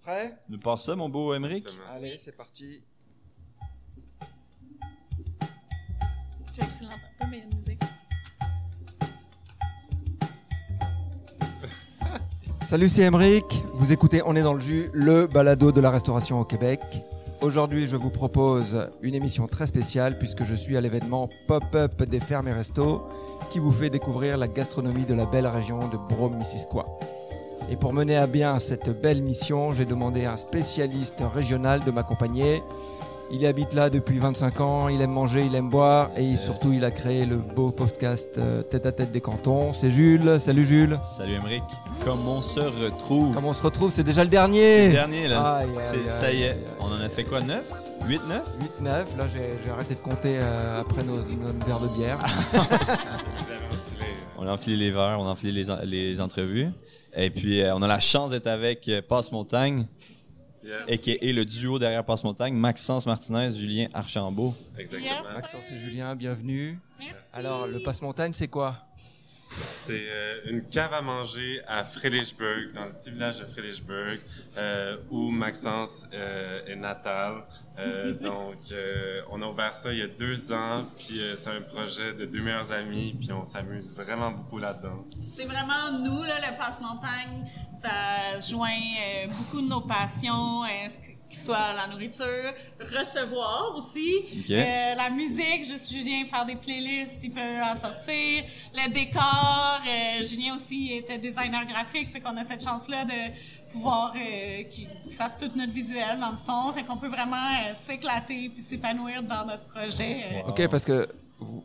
Prêt Nous pensons, mon beau Emmerich. Exactement. Allez, c'est parti. Jack, tu l'entends pas, mais il y a une musique. Salut, c'est Emeric. Vous écoutez On est dans le jus, le balado de la restauration au Québec. Aujourd'hui, je vous propose une émission très spéciale puisque je suis à l'événement Pop-up des fermes et restos qui vous fait découvrir la gastronomie de la belle région de Brome-Missisquoi. Et pour mener à bien cette belle mission, j'ai demandé à un spécialiste régional de m'accompagner. Il habite là depuis 25 ans, il aime manger, il aime boire et Yes. surtout il a créé le beau podcast euh, Tête à tête des cantons. C'est Jules, salut Jules. Salut Emmerich. Comme on se retrouve. Comme on se retrouve, c'est déjà le C'est dernier. le dernier, là. Aïe, aïe, C'est- aïe, ça y est. aïe, aïe. On en a fait quoi 9 8, 9 8, 9, là j'ai j'ai arrêté de compter euh, après nos, nos verres de bière. Vous avez enfilé, euh, On a enfilé les verres, on a enfilé les, en- les entrevues. Et puis, euh, on a la chance d'être avec euh, Passe-Montagne, yes, a.k.a. le duo derrière Passe-Montagne, Maxence Martinez, Julien Archambault. Exactement. Yes. Maxence et Julien, bienvenue. Merci. Alors, le passe-montagne, c'est quoi C'est euh, une cave à manger à Frédérichburg, dans le petit village de Frédérichburg, euh, où Maxence euh, est natal. Euh, donc, euh, on a ouvert ça il y a deux ans, puis euh, c'est un projet de deux meilleurs amis, puis on s'amuse vraiment beaucoup là-dedans. C'est vraiment nous, là, le passe-montagne. Ça joint euh, beaucoup de nos passions, euh, ce qui- qu'il soit la nourriture, recevoir aussi, Ok. euh, la musique, juste Julien faire des playlists, il peut en sortir, le décor, euh, Julien aussi était designer graphique, fait qu'on a cette chance-là de pouvoir euh, qu'il fasse tout notre visuel dans le fond, fait qu'on peut vraiment euh, s'éclater puis s'épanouir dans notre projet. euh, Wow. Ok, parce que vous-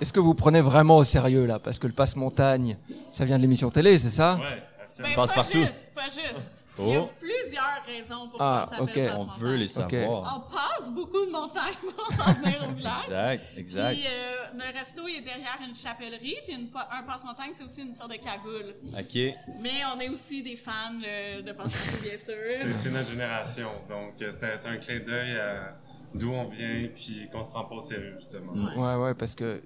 est-ce que vous prenez vraiment au sérieux là Parce que le passe-montagne, ça vient de l'émission télé, c'est ça Ouais, Ben, Passe pas partout. juste, pas juste. Il y a Oh. plusieurs raisons pour Ah, qu'on ok, s'appelle On Passe-Montagne. veut les savoir. On passe beaucoup de montagnes pour s'en venir au village. Exact, exact. Puis euh, le resto il est derrière une chapellerie, puis une pa- un passe-montagne, c'est aussi une sorte de cagoule. Ok. Mais on est aussi des fans euh, de passe-montagne, bien C'est sûr. c'est notre génération, donc euh, c'est un- c'est un clin d'œil à d'où on vient, puis qu'on se prend pas au sérieux, justement. Mm. Ouais, ouais, parce que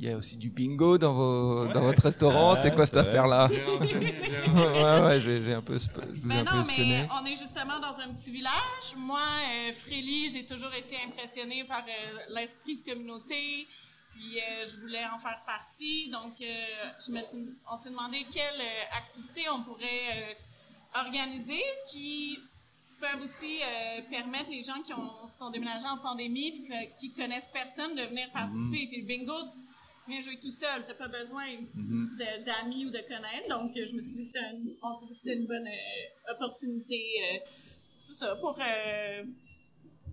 il y a aussi du bingo dans, vos, Ouais. dans votre restaurant. Ah, c'est quoi c'est cette affaire-là J'ai enseigné, j'ai enseigné. Ouais, ouais, j'ai j'ai un peu, sp- je vous ai Mais un peu Ben Bah non, espionné. mais on est justement dans un petit village. Moi, euh, Frély, j'ai toujours été impressionnée par euh, l'esprit de communauté. Puis euh, je voulais en faire partie. Donc, euh, je me suis- on s'est demandé quelle euh, activité on pourrait euh, organiser qui peuvent aussi euh, permettre les gens qui ont, sont déménagés en pandémie puis que- qui connaissent personne de venir participer. Puis le bingo, tu, tu viens jouer tout seul, t'as pas besoin de- d'amis ou de connaître. Donc euh, je me suis dit que c'était un- on trouvait que c'était une bonne euh, opportunité, euh, tout ça, pour euh,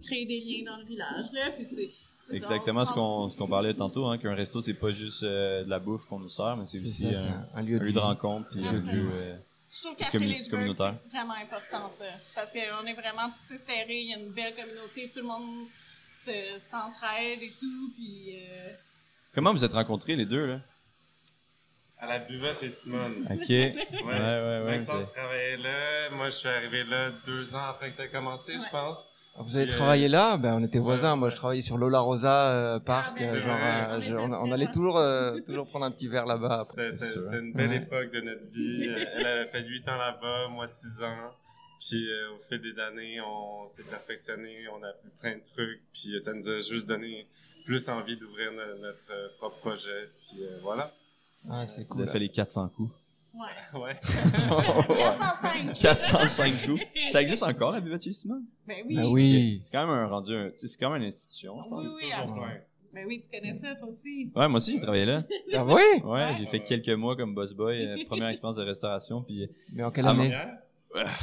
créer des liens dans le village là. Puis c'est c'est ça, on Exactement se ce prend- qu'on ce qu'on parlait tantôt, hein, qu'un resto, c'est pas juste euh, de la bouffe qu'on nous sert, mais c'est C'est aussi ça, c'est un, un lieu un lieu de vie. rencontre. Puis un Absolument. lieu, euh, Je trouve qu'à Commu- Frédéricksburg, communautaire. c'est vraiment important ça. Parce qu'on est vraiment tissé serré, il y a une belle communauté, tout le monde se- s'entraide et tout. Puis, euh, Comment vous êtes rencontrés les deux là À la buvette chez Simone. Ok. ouais ouais ouais. Maxence travaillait là, moi je suis arrivé là deux ans après que t'as commencé, je Ouais. pense. Vous avez Puis, euh, travaillé là Ben on était voisins. ouais. Moi, je travaillais sur Lola Rosa euh, Park. ben, euh, c'est genre, vrai. euh, On je- était on, on très allez loin. toujours, euh, toujours prendre un petit verre là-bas. après. C'est c'est- Ah, sûr. hein. c'est une belle Ouais. époque de notre vie. Euh, Elle avait fait huit ans là-bas, moi six ans. Puis euh, au fil des années, on s'est perfectionné, on a fait plein de trucs. Puis euh, ça nous a juste donné plus envie d'ouvrir no- notre euh, propre projet. Puis euh, voilà. Ah, c'est Vous cool. avez fait les 400 coups. ouais. Ouais. 405! 405 coups. Ça existe encore la buvette chez Simon? Ben oui. Ben oui. C'est quand même un rendu, un- tu sais, c'est quand même une institution, je pense. Oui, oui, Toujours absolument. plein. Ben oui, tu connais ça, toi aussi. Ouais, moi aussi j'ai travaillé là. Ah oui Ouais, j'ai Ouais. fait quelques mois comme boss boy, euh, première expérience de restauration, puis Mais en quelle Ah, année Première?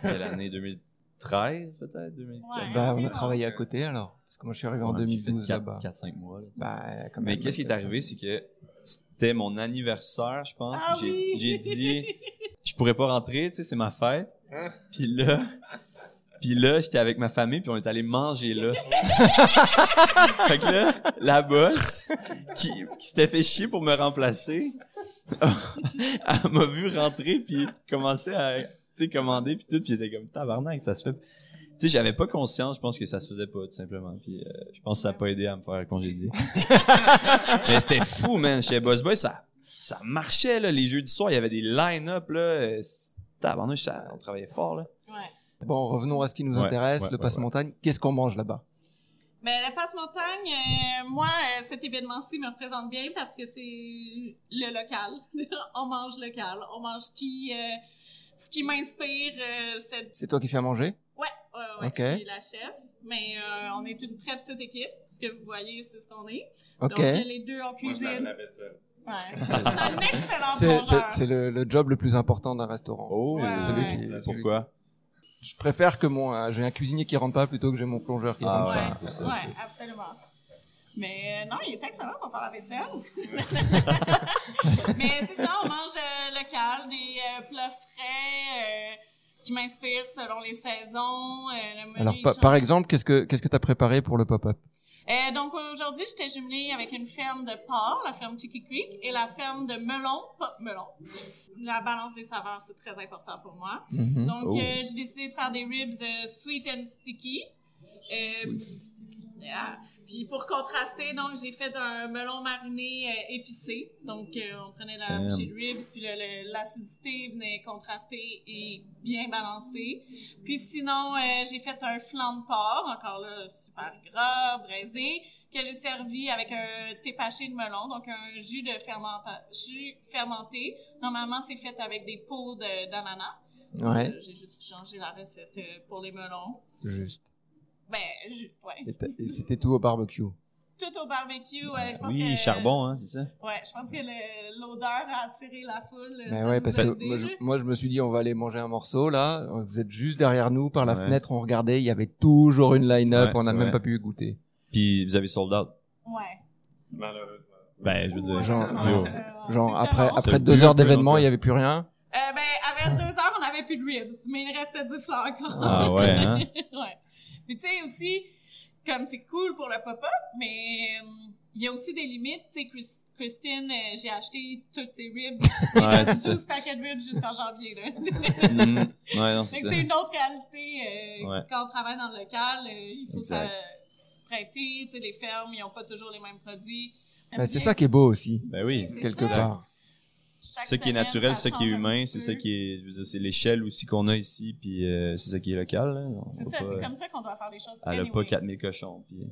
c'était l'année 2013 peut-être, 2014. Ouais. Bah, on a travaillé à côté alors. Parce que moi, je suis arrivé en On a pu faire 2012 quatre- là-bas. 4-5 mois. Là, tu sais. Bah, quand Mais même, qu'est-ce qui est ça. arrivé, c'est que c'était mon anniversaire, je pense. Ah puis oui! j'ai, j'ai dit, je pourrais pas rentrer, tu sais, c'est ma fête. Hein? Puis là, puis là, j'étais avec ma famille, puis on est allé manger là. fait que là, la bosse, qui, qui s'était fait chier pour me remplacer, elle m'a vu rentrer, puis commencer à, tu sais, commander, puis tout, puis j'étais comme, tabarnak, ça se fait... Tu sais, j'avais pas conscience, je pense que ça se faisait pas, tout simplement. Puis euh, je pense que ça a pas aidé à me faire congédier. Mais c'était fou, man. Chez Boss Boy, ça, ça marchait, là. Les jeudis soirs, il y avait des line-up, là. Euh, Tabarnouche, ça- on travaillait fort, là. Ouais. Bon, revenons à ce qui nous Ouais, intéresse, ouais, le ouais, passe-montagne. Qu'est-ce qu'on mange là-bas Mais la passe-montagne, euh, moi, euh, cet événement-ci me représente bien parce que c'est le local. on mange local. On mange qui, euh, ce qui m'inspire. euh, cette... C'est toi qui fais à manger Ouais, ouais, ouais, Ok. je suis la chef. Mais euh, on est une très petite équipe. Ce que vous voyez, c'est ce qu'on est. Ok. Donc, euh, les deux en Moi, je lave cuisine. la vaisselle. Ouais. C'est un excellent C'est- C'est mangeur. c'est le, le job le plus important d'un restaurant. Oh, Ouais, celui ouais. qui. Pourquoi? Je préfère que mon euh, j'ai un cuisinier qui rentre pas plutôt que j'ai mon plongeur qui Ah, rentre Ouais, pas. ouais, c'est ça, ouais, c'est ça. absolument. Mais euh, non, il est excellent pour faire la vaisselle. Mais c'est ça, on mange euh, local, des euh, plats frais euh, qui m'inspirent selon les saisons. euh, le menu, Alors il pa- change. par exemple, qu'est-ce que qu'est-ce que t'as préparé pour le pop-up Euh, donc aujourd'hui, j'étais jumelée avec une ferme de porc, la ferme Chicky Creek, et la ferme de melon, pas melon. La balance des saveurs, c'est très important pour moi. Mhm. Donc, Oh. euh, j'ai décidé de faire des ribs euh, sweet and sticky. Euh, yeah. Puis pour contraster, donc j'ai fait un melon mariné euh, épicé. Donc, euh, on prenait la Damn. bouchée de ribs, puis le- le- l'acidité venait contraster et bien balancer. Puis sinon, euh, j'ai fait un flan de porc, encore là, super gras, braisé, que j'ai servi avec un thé paché de melon, donc un jus de fermenta- jus fermenté. Normalement, c'est fait avec des peaux de- d'ananas. Ouais, Euh, J'ai juste changé la recette euh, pour les melons. juste. Ben, juste, ouais. Et t'as- et c'était tout au barbecue. Tout au barbecue, ouais. je pense Oui, que- charbon, hein, c'est ça? Ouais, je pense que le- l'odeur a attiré la foule. Mais ça Ben ouais, nous parce a que aidés. moi je, moi, je me suis dit on va aller manger un morceau là. Vous êtes juste derrière nous par la Ouais. fenêtre, on regardait, il y avait toujours une line-up, Ouais, on n'a c'est même pas vrai. pu goûter. Oh, Puis vous avez sold out. Ouais. Malheureusement. Ben, je veux dire, Ouais, genre, c'est yo, ça. Genre C'est ça, après non? après C'est deux mieux heures que l'autre, d'événement, là. il y avait plus rien. Euh, ben, avant deux heures, on n'avait plus de ribs, mais il restait du flan encore. Ah ouais, hein? ouais. Puis tu sais aussi, comme c'est cool pour le pop-up, mais euh, il y a aussi des limites. Tu sais, Chris- Christine, euh, j'ai acheté toutes ses ribs. Ouais, c'est ça. 12 paquets de ribs jusqu'en janvier. Là. Mhm. Ouais, non, Fait c'est que ça. Mm-hmm. c'est une autre réalité. euh, Ouais. Quand on travaille dans le local, euh, il faut Exact. se- se prêter. Tu sais, les fermes, ils n'ont pas toujours les mêmes produits. Ben, c'est ça qui est beau aussi, Ben oui, C'est quelque ça. part. Chaque ce qui est semaine, naturel, ça ce qui est change un humain, petit c'est peu. ça qui est, je veux dire, c'est l'échelle aussi qu'on a ici, puis euh, c'est ça qui est local. là. On C'est va ça, pas- c'est comme ça qu'on doit faire les choses. Elle a anyway. pas 4000 cochons, puis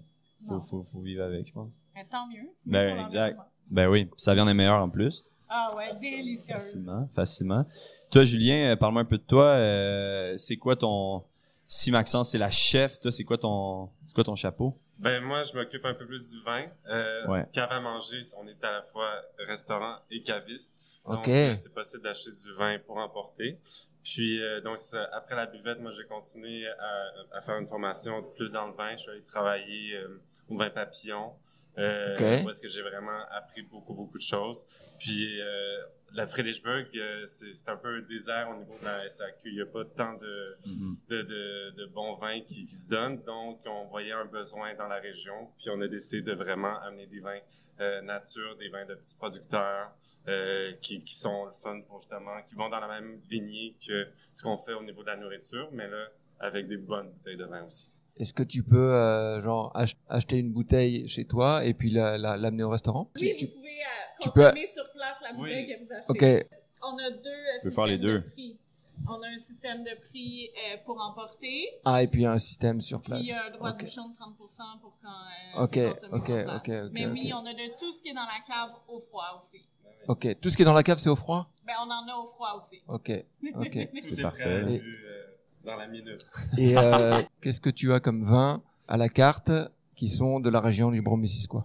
faut, Non. faut, faut vivre avec, je pense. Mais tant mieux. c'est Ben, mieux pour exact. l'environnement. Ben oui, puis sa viande est meilleure en plus, Ah ouais, délicieuse. facilement, facilement. Toi, Julien, euh, parle-moi un peu de toi. euh, c'est quoi ton... Si Maxence, c'est la chef, toi, c'est quoi ton, c'est quoi ton chapeau? Ben moi, je m'occupe un peu plus du vin. Euh, Ouais. Cave à manger, on est à la fois restaurant et caviste. Donc, Ok. euh, c'est possible d'acheter du vin pour emporter. Puis, euh, donc, ça, après la buvette, moi, j'ai continué à, à faire une formation plus dans le vin. Je suis allé travailler euh, au vin papillon. Euh, Ok. Où est-ce que j'ai vraiment appris beaucoup, beaucoup de choses. Puis, euh, la Friedrichsburg, euh, c'est c'est un peu un désert au niveau de la SAQ. Il n'y a pas tant de Mhm. de, de, de bons vins qui, qui se donnent. Donc, on voyait un besoin dans la région, puis on a décidé de vraiment amener des vins euh, nature, des vins de petits producteurs euh, qui, qui sont le fun pour justement, qui vont dans la même lignée que ce qu'on fait au niveau de la nourriture, mais là, avec des bonnes bouteilles de vin aussi. Est-ce que tu peux euh, genre ach- acheter une bouteille chez toi et puis la- la- l'amener au restaurant Oui, Tu- vous pouvez euh, tu consommer sur place la Oui. bouteille que vous achetez. Ok, On a deux euh, systèmes faire les deux. de prix. On a un système de prix euh, pour emporter, ah et puis il y a un système sur puis place. il y a un droit Ok. de bouchon de 30 pour quand euh, Ok, c'est consommé ok, sur place. ok, ok, Mais oui, ok. on a de tout ce qui est dans la cave au froid aussi. Ok, tout ce qui est dans la cave c'est au froid. Ben, on en a au froid aussi. Ok, ok. Tout est parfait. prêt à être Et- bu, euh, dans la minute. Et euh, qu'est-ce que tu as comme vin à la carte qui sont de la région du Bromissisquoi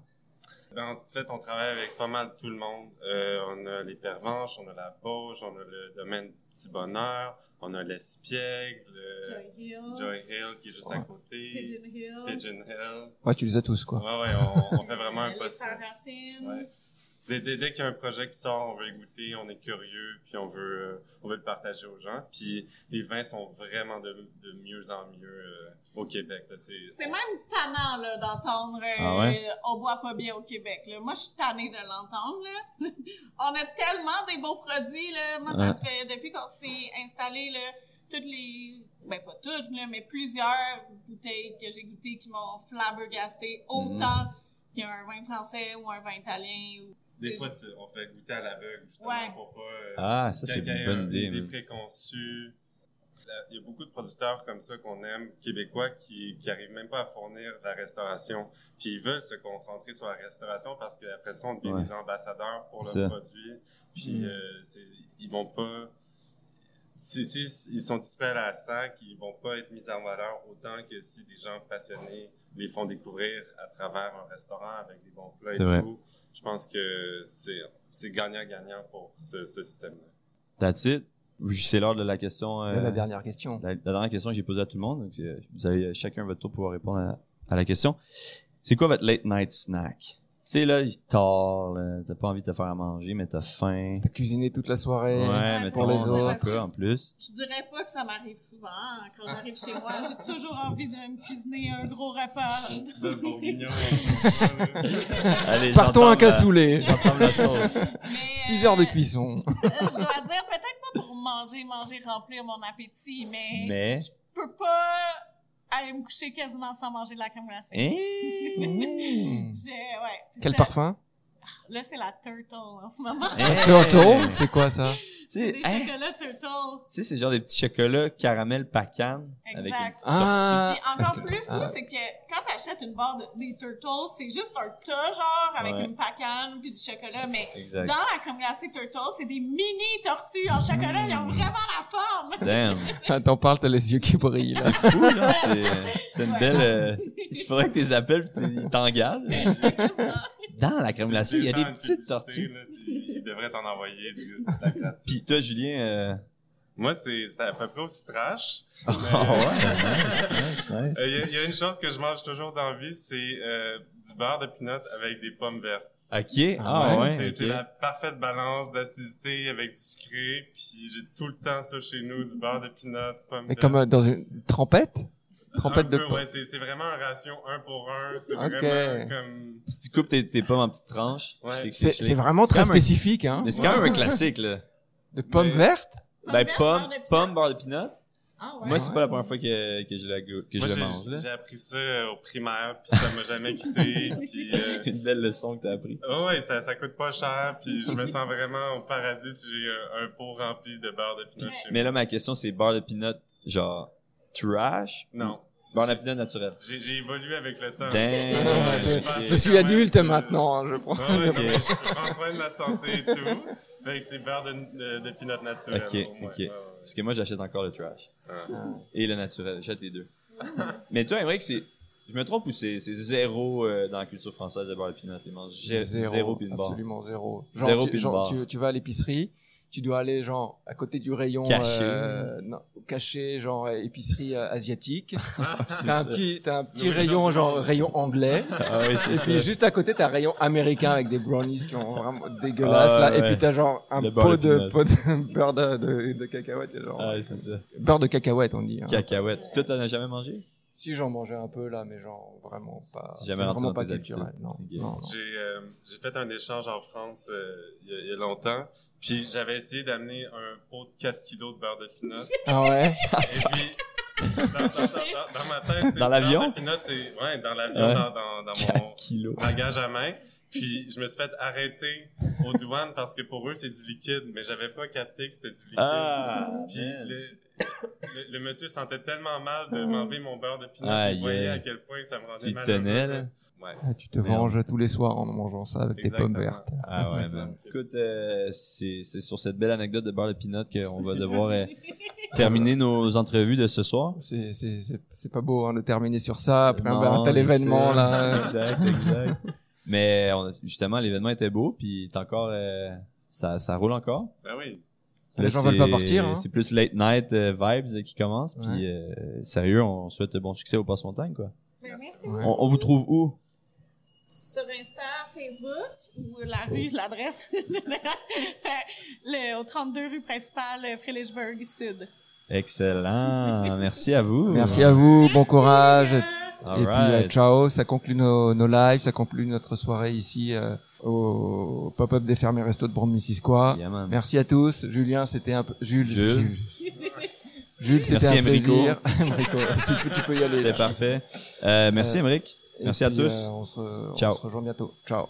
Ben, en fait, on travaille avec pas mal tout le monde. Euh, on a les Pervenches, on a la Bauge, on a le domaine du Petit Bonheur, on a l'Espiègle, euh, Joy Hill, Joy Hill qui est juste à Ouais. côté. Pigeon Hill, Pigeon Hill. Ouais, tu les as tous Ouais, quoi. ouais, on, on fait vraiment un euh, les Sœurs possible. Racine. Ouais. Dès, dès- dès qu'il y a un projet qui sort, on veut y goûter, on est curieux, puis on veut, euh, on veut le partager aux gens. Puis les vins sont vraiment de, de mieux en mieux euh, au Québec. là, c'est, C'est même tannant là, d'entendre euh, Ah ouais? on boit pas bien au Québec. Là. Moi, je suis tannée de l'entendre. là. on a tellement des beaux produits. Là. Moi, ça fait depuis qu'on s'est installé là, toutes les. Ben, pas toutes, là, mais plusieurs bouteilles que j'ai goûtées qui m'ont flabbergasté autant Mm-hmm. qu'un vin français ou un vin italien. ou- Des fois, tu- on fait goûter à l'aveugle, justement, Ouais. pour pas... euh, Ah, ça, c'est quelqu'un une a bonne idée. Des man. préconçus. Là, Il y a beaucoup de producteurs comme ça qu'on aime, québécois, qui qui arrivent même pas à fournir de la restauration. Puis ils veulent se concentrer sur la restauration parce qu'après ça, on devient Ouais. des ambassadeurs pour Ça. leurs produits. Puis Mm. euh, c'est- ils vont pas... Si, si ils sont disponibles à la SAC, ils vont pas être mis en valeur autant que si des gens passionnés les font découvrir à travers un restaurant avec des bons plats et C'est vrai. tout. Je pense que c'est c'est gagnant-gagnant pour ce, ce système-là. That's it. C'est l'heure de la question. euh, La dernière question. la, la dernière question que j'ai posée à tout le monde. Donc, euh, vous avez euh, chacun votre tour pour pouvoir répondre à, à la question. C'est quoi votre late night snack? Tu sais, là, il est tard, là, t'as pas envie de te faire à manger, mais t'as faim. T'as cuisiné toute la soirée. Ouais, mais pour t'as les faim, autres. quoi, en plus. Je dirais pas que ça m'arrive souvent. hein. Quand j'arrive chez moi, j'ai toujours envie de me cuisiner un gros repas. Allez, Partons j'entends à la- cassoulet. J'entends la sauce. Mais, 6 heures de euh, cuisson. euh, Je dois dire, peut-être pas pour manger, manger, remplir mon appétit, mais, Mais, je peux pas aller me coucher quasiment sans manger de la crème glacée. hein? Mmh. J'ai- ouais. Puis Quel ça- parfum Là, c'est la turtle en ce moment. Hein? Turtle, c'est quoi ça Tu C'est sais, des hein? chocolats turtle. Tu sais, c'est genre des petits chocolats caramel pacane. Exact. Avec une petite Ah, Puis encore plus fou, Ah. c'est que quand t'achètes une barre de- des turtles, c'est juste un tas, genre, avec Ouais. une pacane puis du chocolat, mais tortue. Exact. dans la crème glacée turtle, c'est des mini tortues en chocolat, ils ont Hmm. vraiment la forme. Damn. Ah, T'en parles, t'as les yeux qui brillent. là. C'est fou, là. C'est c'est une Ouais. belle. euh, Il faudrait que tu les appelles et tu t'engages. Dans la crème glacée, il y a des petites tortues. Ils devraient t'en envoyer des- de la gratuite. Puis toi, Julien. euh, Moi, c'est c'est à peu près aussi trash. Oh, ouais, nice, nice, Euh, nice. Il y, a- il y a une chose que je mange toujours dans la vie, c'est euh, du beurre de peanut avec des pommes vertes. Ok, Ah ah ouais, ouais. c'est ok. c'est la parfaite balance d'acidité avec du sucré. Puis j'ai tout le temps ça chez nous, du beurre de peanut, pommes Mais vertes. comme euh, dans une trempette Trempette Un de peu, pommes. ouais, c'est c'est vraiment un ratio un pour un. C'est Ok. vraiment comme... Si tu coupes tes, tes pommes en petites tranches, Ouais. tu fais que C'est gelé. c'est vraiment très quand même un- spécifique, hein Mais c'est quand même un classique, là. De pommes Mais- vertes Ben, Pomme pomme, verte, pomme, barre de peanut. Ah ouais. Moi, c'est Ouais. pas la première fois que, que je la, go- que Moi, je j'ai- la mange, là. j'ai appris ça euh, au primaire, puis ça m'a jamais quitté. puis, euh, Une belle leçon que t'as appris. Ah ouais, ça, ça coûte pas cher, puis je me sens vraiment au paradis si j'ai euh, un pot rempli de beurre de pinot chez moi. Mais là, ma question, c'est barre de peanut, genre, trash? Non, Barre de peanut naturel. j'ai j'ai évolué avec le temps. Damn. je ok. pense- Je suis quand même adulte que- maintenant, je crois. Ouais, ouais, Ok. non, mais je je prends soin de ma santé et tout. Fait que c'est beurre de, de, de pinot naturel. Ok, au moins. ok. Ouais, ouais, Parce que moi, j'achète encore le trash. ouais. Et le naturel. J'achète les deux. Mais toi, Emmerich, c'est. Je me trompe ou c'est c'est zéro euh, dans la culture française de barre de peanut? Ils mangent zé- zéro, peanut bar. Absolument zéro. Zéro tu, pin bar. tu, tu vas à l'épicerie, tu dois aller genre à côté du rayon Caché. euh, non, caché genre euh, épicerie euh, asiatique. C'est T'as un ça. petit, t'as un petit Oui, ça, rayon c'est genre bon. rayon anglais. Ah oui, c'est Et ça. puis juste à côté, t'as un rayon américain avec des brownies qui ont vraiment dégueulasse Ah, là. Et ouais. puis t'as genre un Le pot beurre de de, peanut. pot de beurre de, de, de cacahuète. Genre. Ah oui, c'est ça. Beurre de cacahuète, on dit. hein. Cacahuètes. Toi, t'en as jamais mangé? Si j'en mangeais un peu là, mais genre vraiment pas. C'est jamais c'est rentré vraiment dans pas tes habitudes. culturel. Non, Ok. non, non. J'ai euh, j'ai fait un échange en France euh, il y, a- il y a longtemps, puis j'avais essayé d'amener un pot de 4 kilos de beurre de pinot. Ah ouais. Et puis, dans, dans- dans- dans- dans ma tête, tu sais, Dans l'avion? dans la pinotte, c'est- ouais, dans l'avion, Ouais. dans, dans- dans 4 kilos. mon bagage à main. Puis je me suis fait arrêter aux douanes parce que pour eux c'est du liquide, mais j'avais pas capté que c'était du liquide. Ah, Puis man. le, le- le monsieur sentait tellement mal de m'enlever mon beurre de pinot. Aïe, Vous aïe. voyez à quel point ça me rendait Tu mal. tenais, là? Ouais. Ah, Tu te Merde. venges tous les soirs en mangeant ça avec tes pommes vertes. Ah ouais, man. Écoute, euh, c'est c'est sur cette belle anecdote de beurre de peanut qu'on va devoir Ben, euh, terminer nos entrevues de ce soir. C'est- C'est c'est- c'est pas beau hein, de terminer sur ça après un- Non, un tel je événement sais. là. Exact, exact. Mais on a- justement, l'événement était beau, puis t'es encore, euh, ça, ça roule encore. Ben oui. Les gens c'est- veulent pas partir, hein. C'est plus late night euh, vibes euh, qui commence. Ouais. Puis euh, sérieux, on souhaite bon succès au Passe Montagne quoi. Ben, merci. Ouais. On, on vous trouve où Sur Insta, Facebook, ou la Oh. rue, l'adresse, le, au 32 rue principale, Frelichberg Sud. Excellent. Merci à vous. Merci à vous, bon courage. Euh, All Et puis euh, right. ciao, ça conclut nos, nos lives, ça conclut notre soirée ici euh, au pop-up des fermes et restos de Brande-Missisquoi. Yeah, man. Merci à tous. Julien, c'était un peu... Jules, Jules. Jules. Jules, c'était Merci, un Enrico. plaisir. Enrico, tu, peux- tu peux y aller. C'était là. parfait. Euh, merci, Euh, Émeric. Et Merci à puis, tous. euh, on, se re- on Ciao. se rejoint bientôt. Ciao.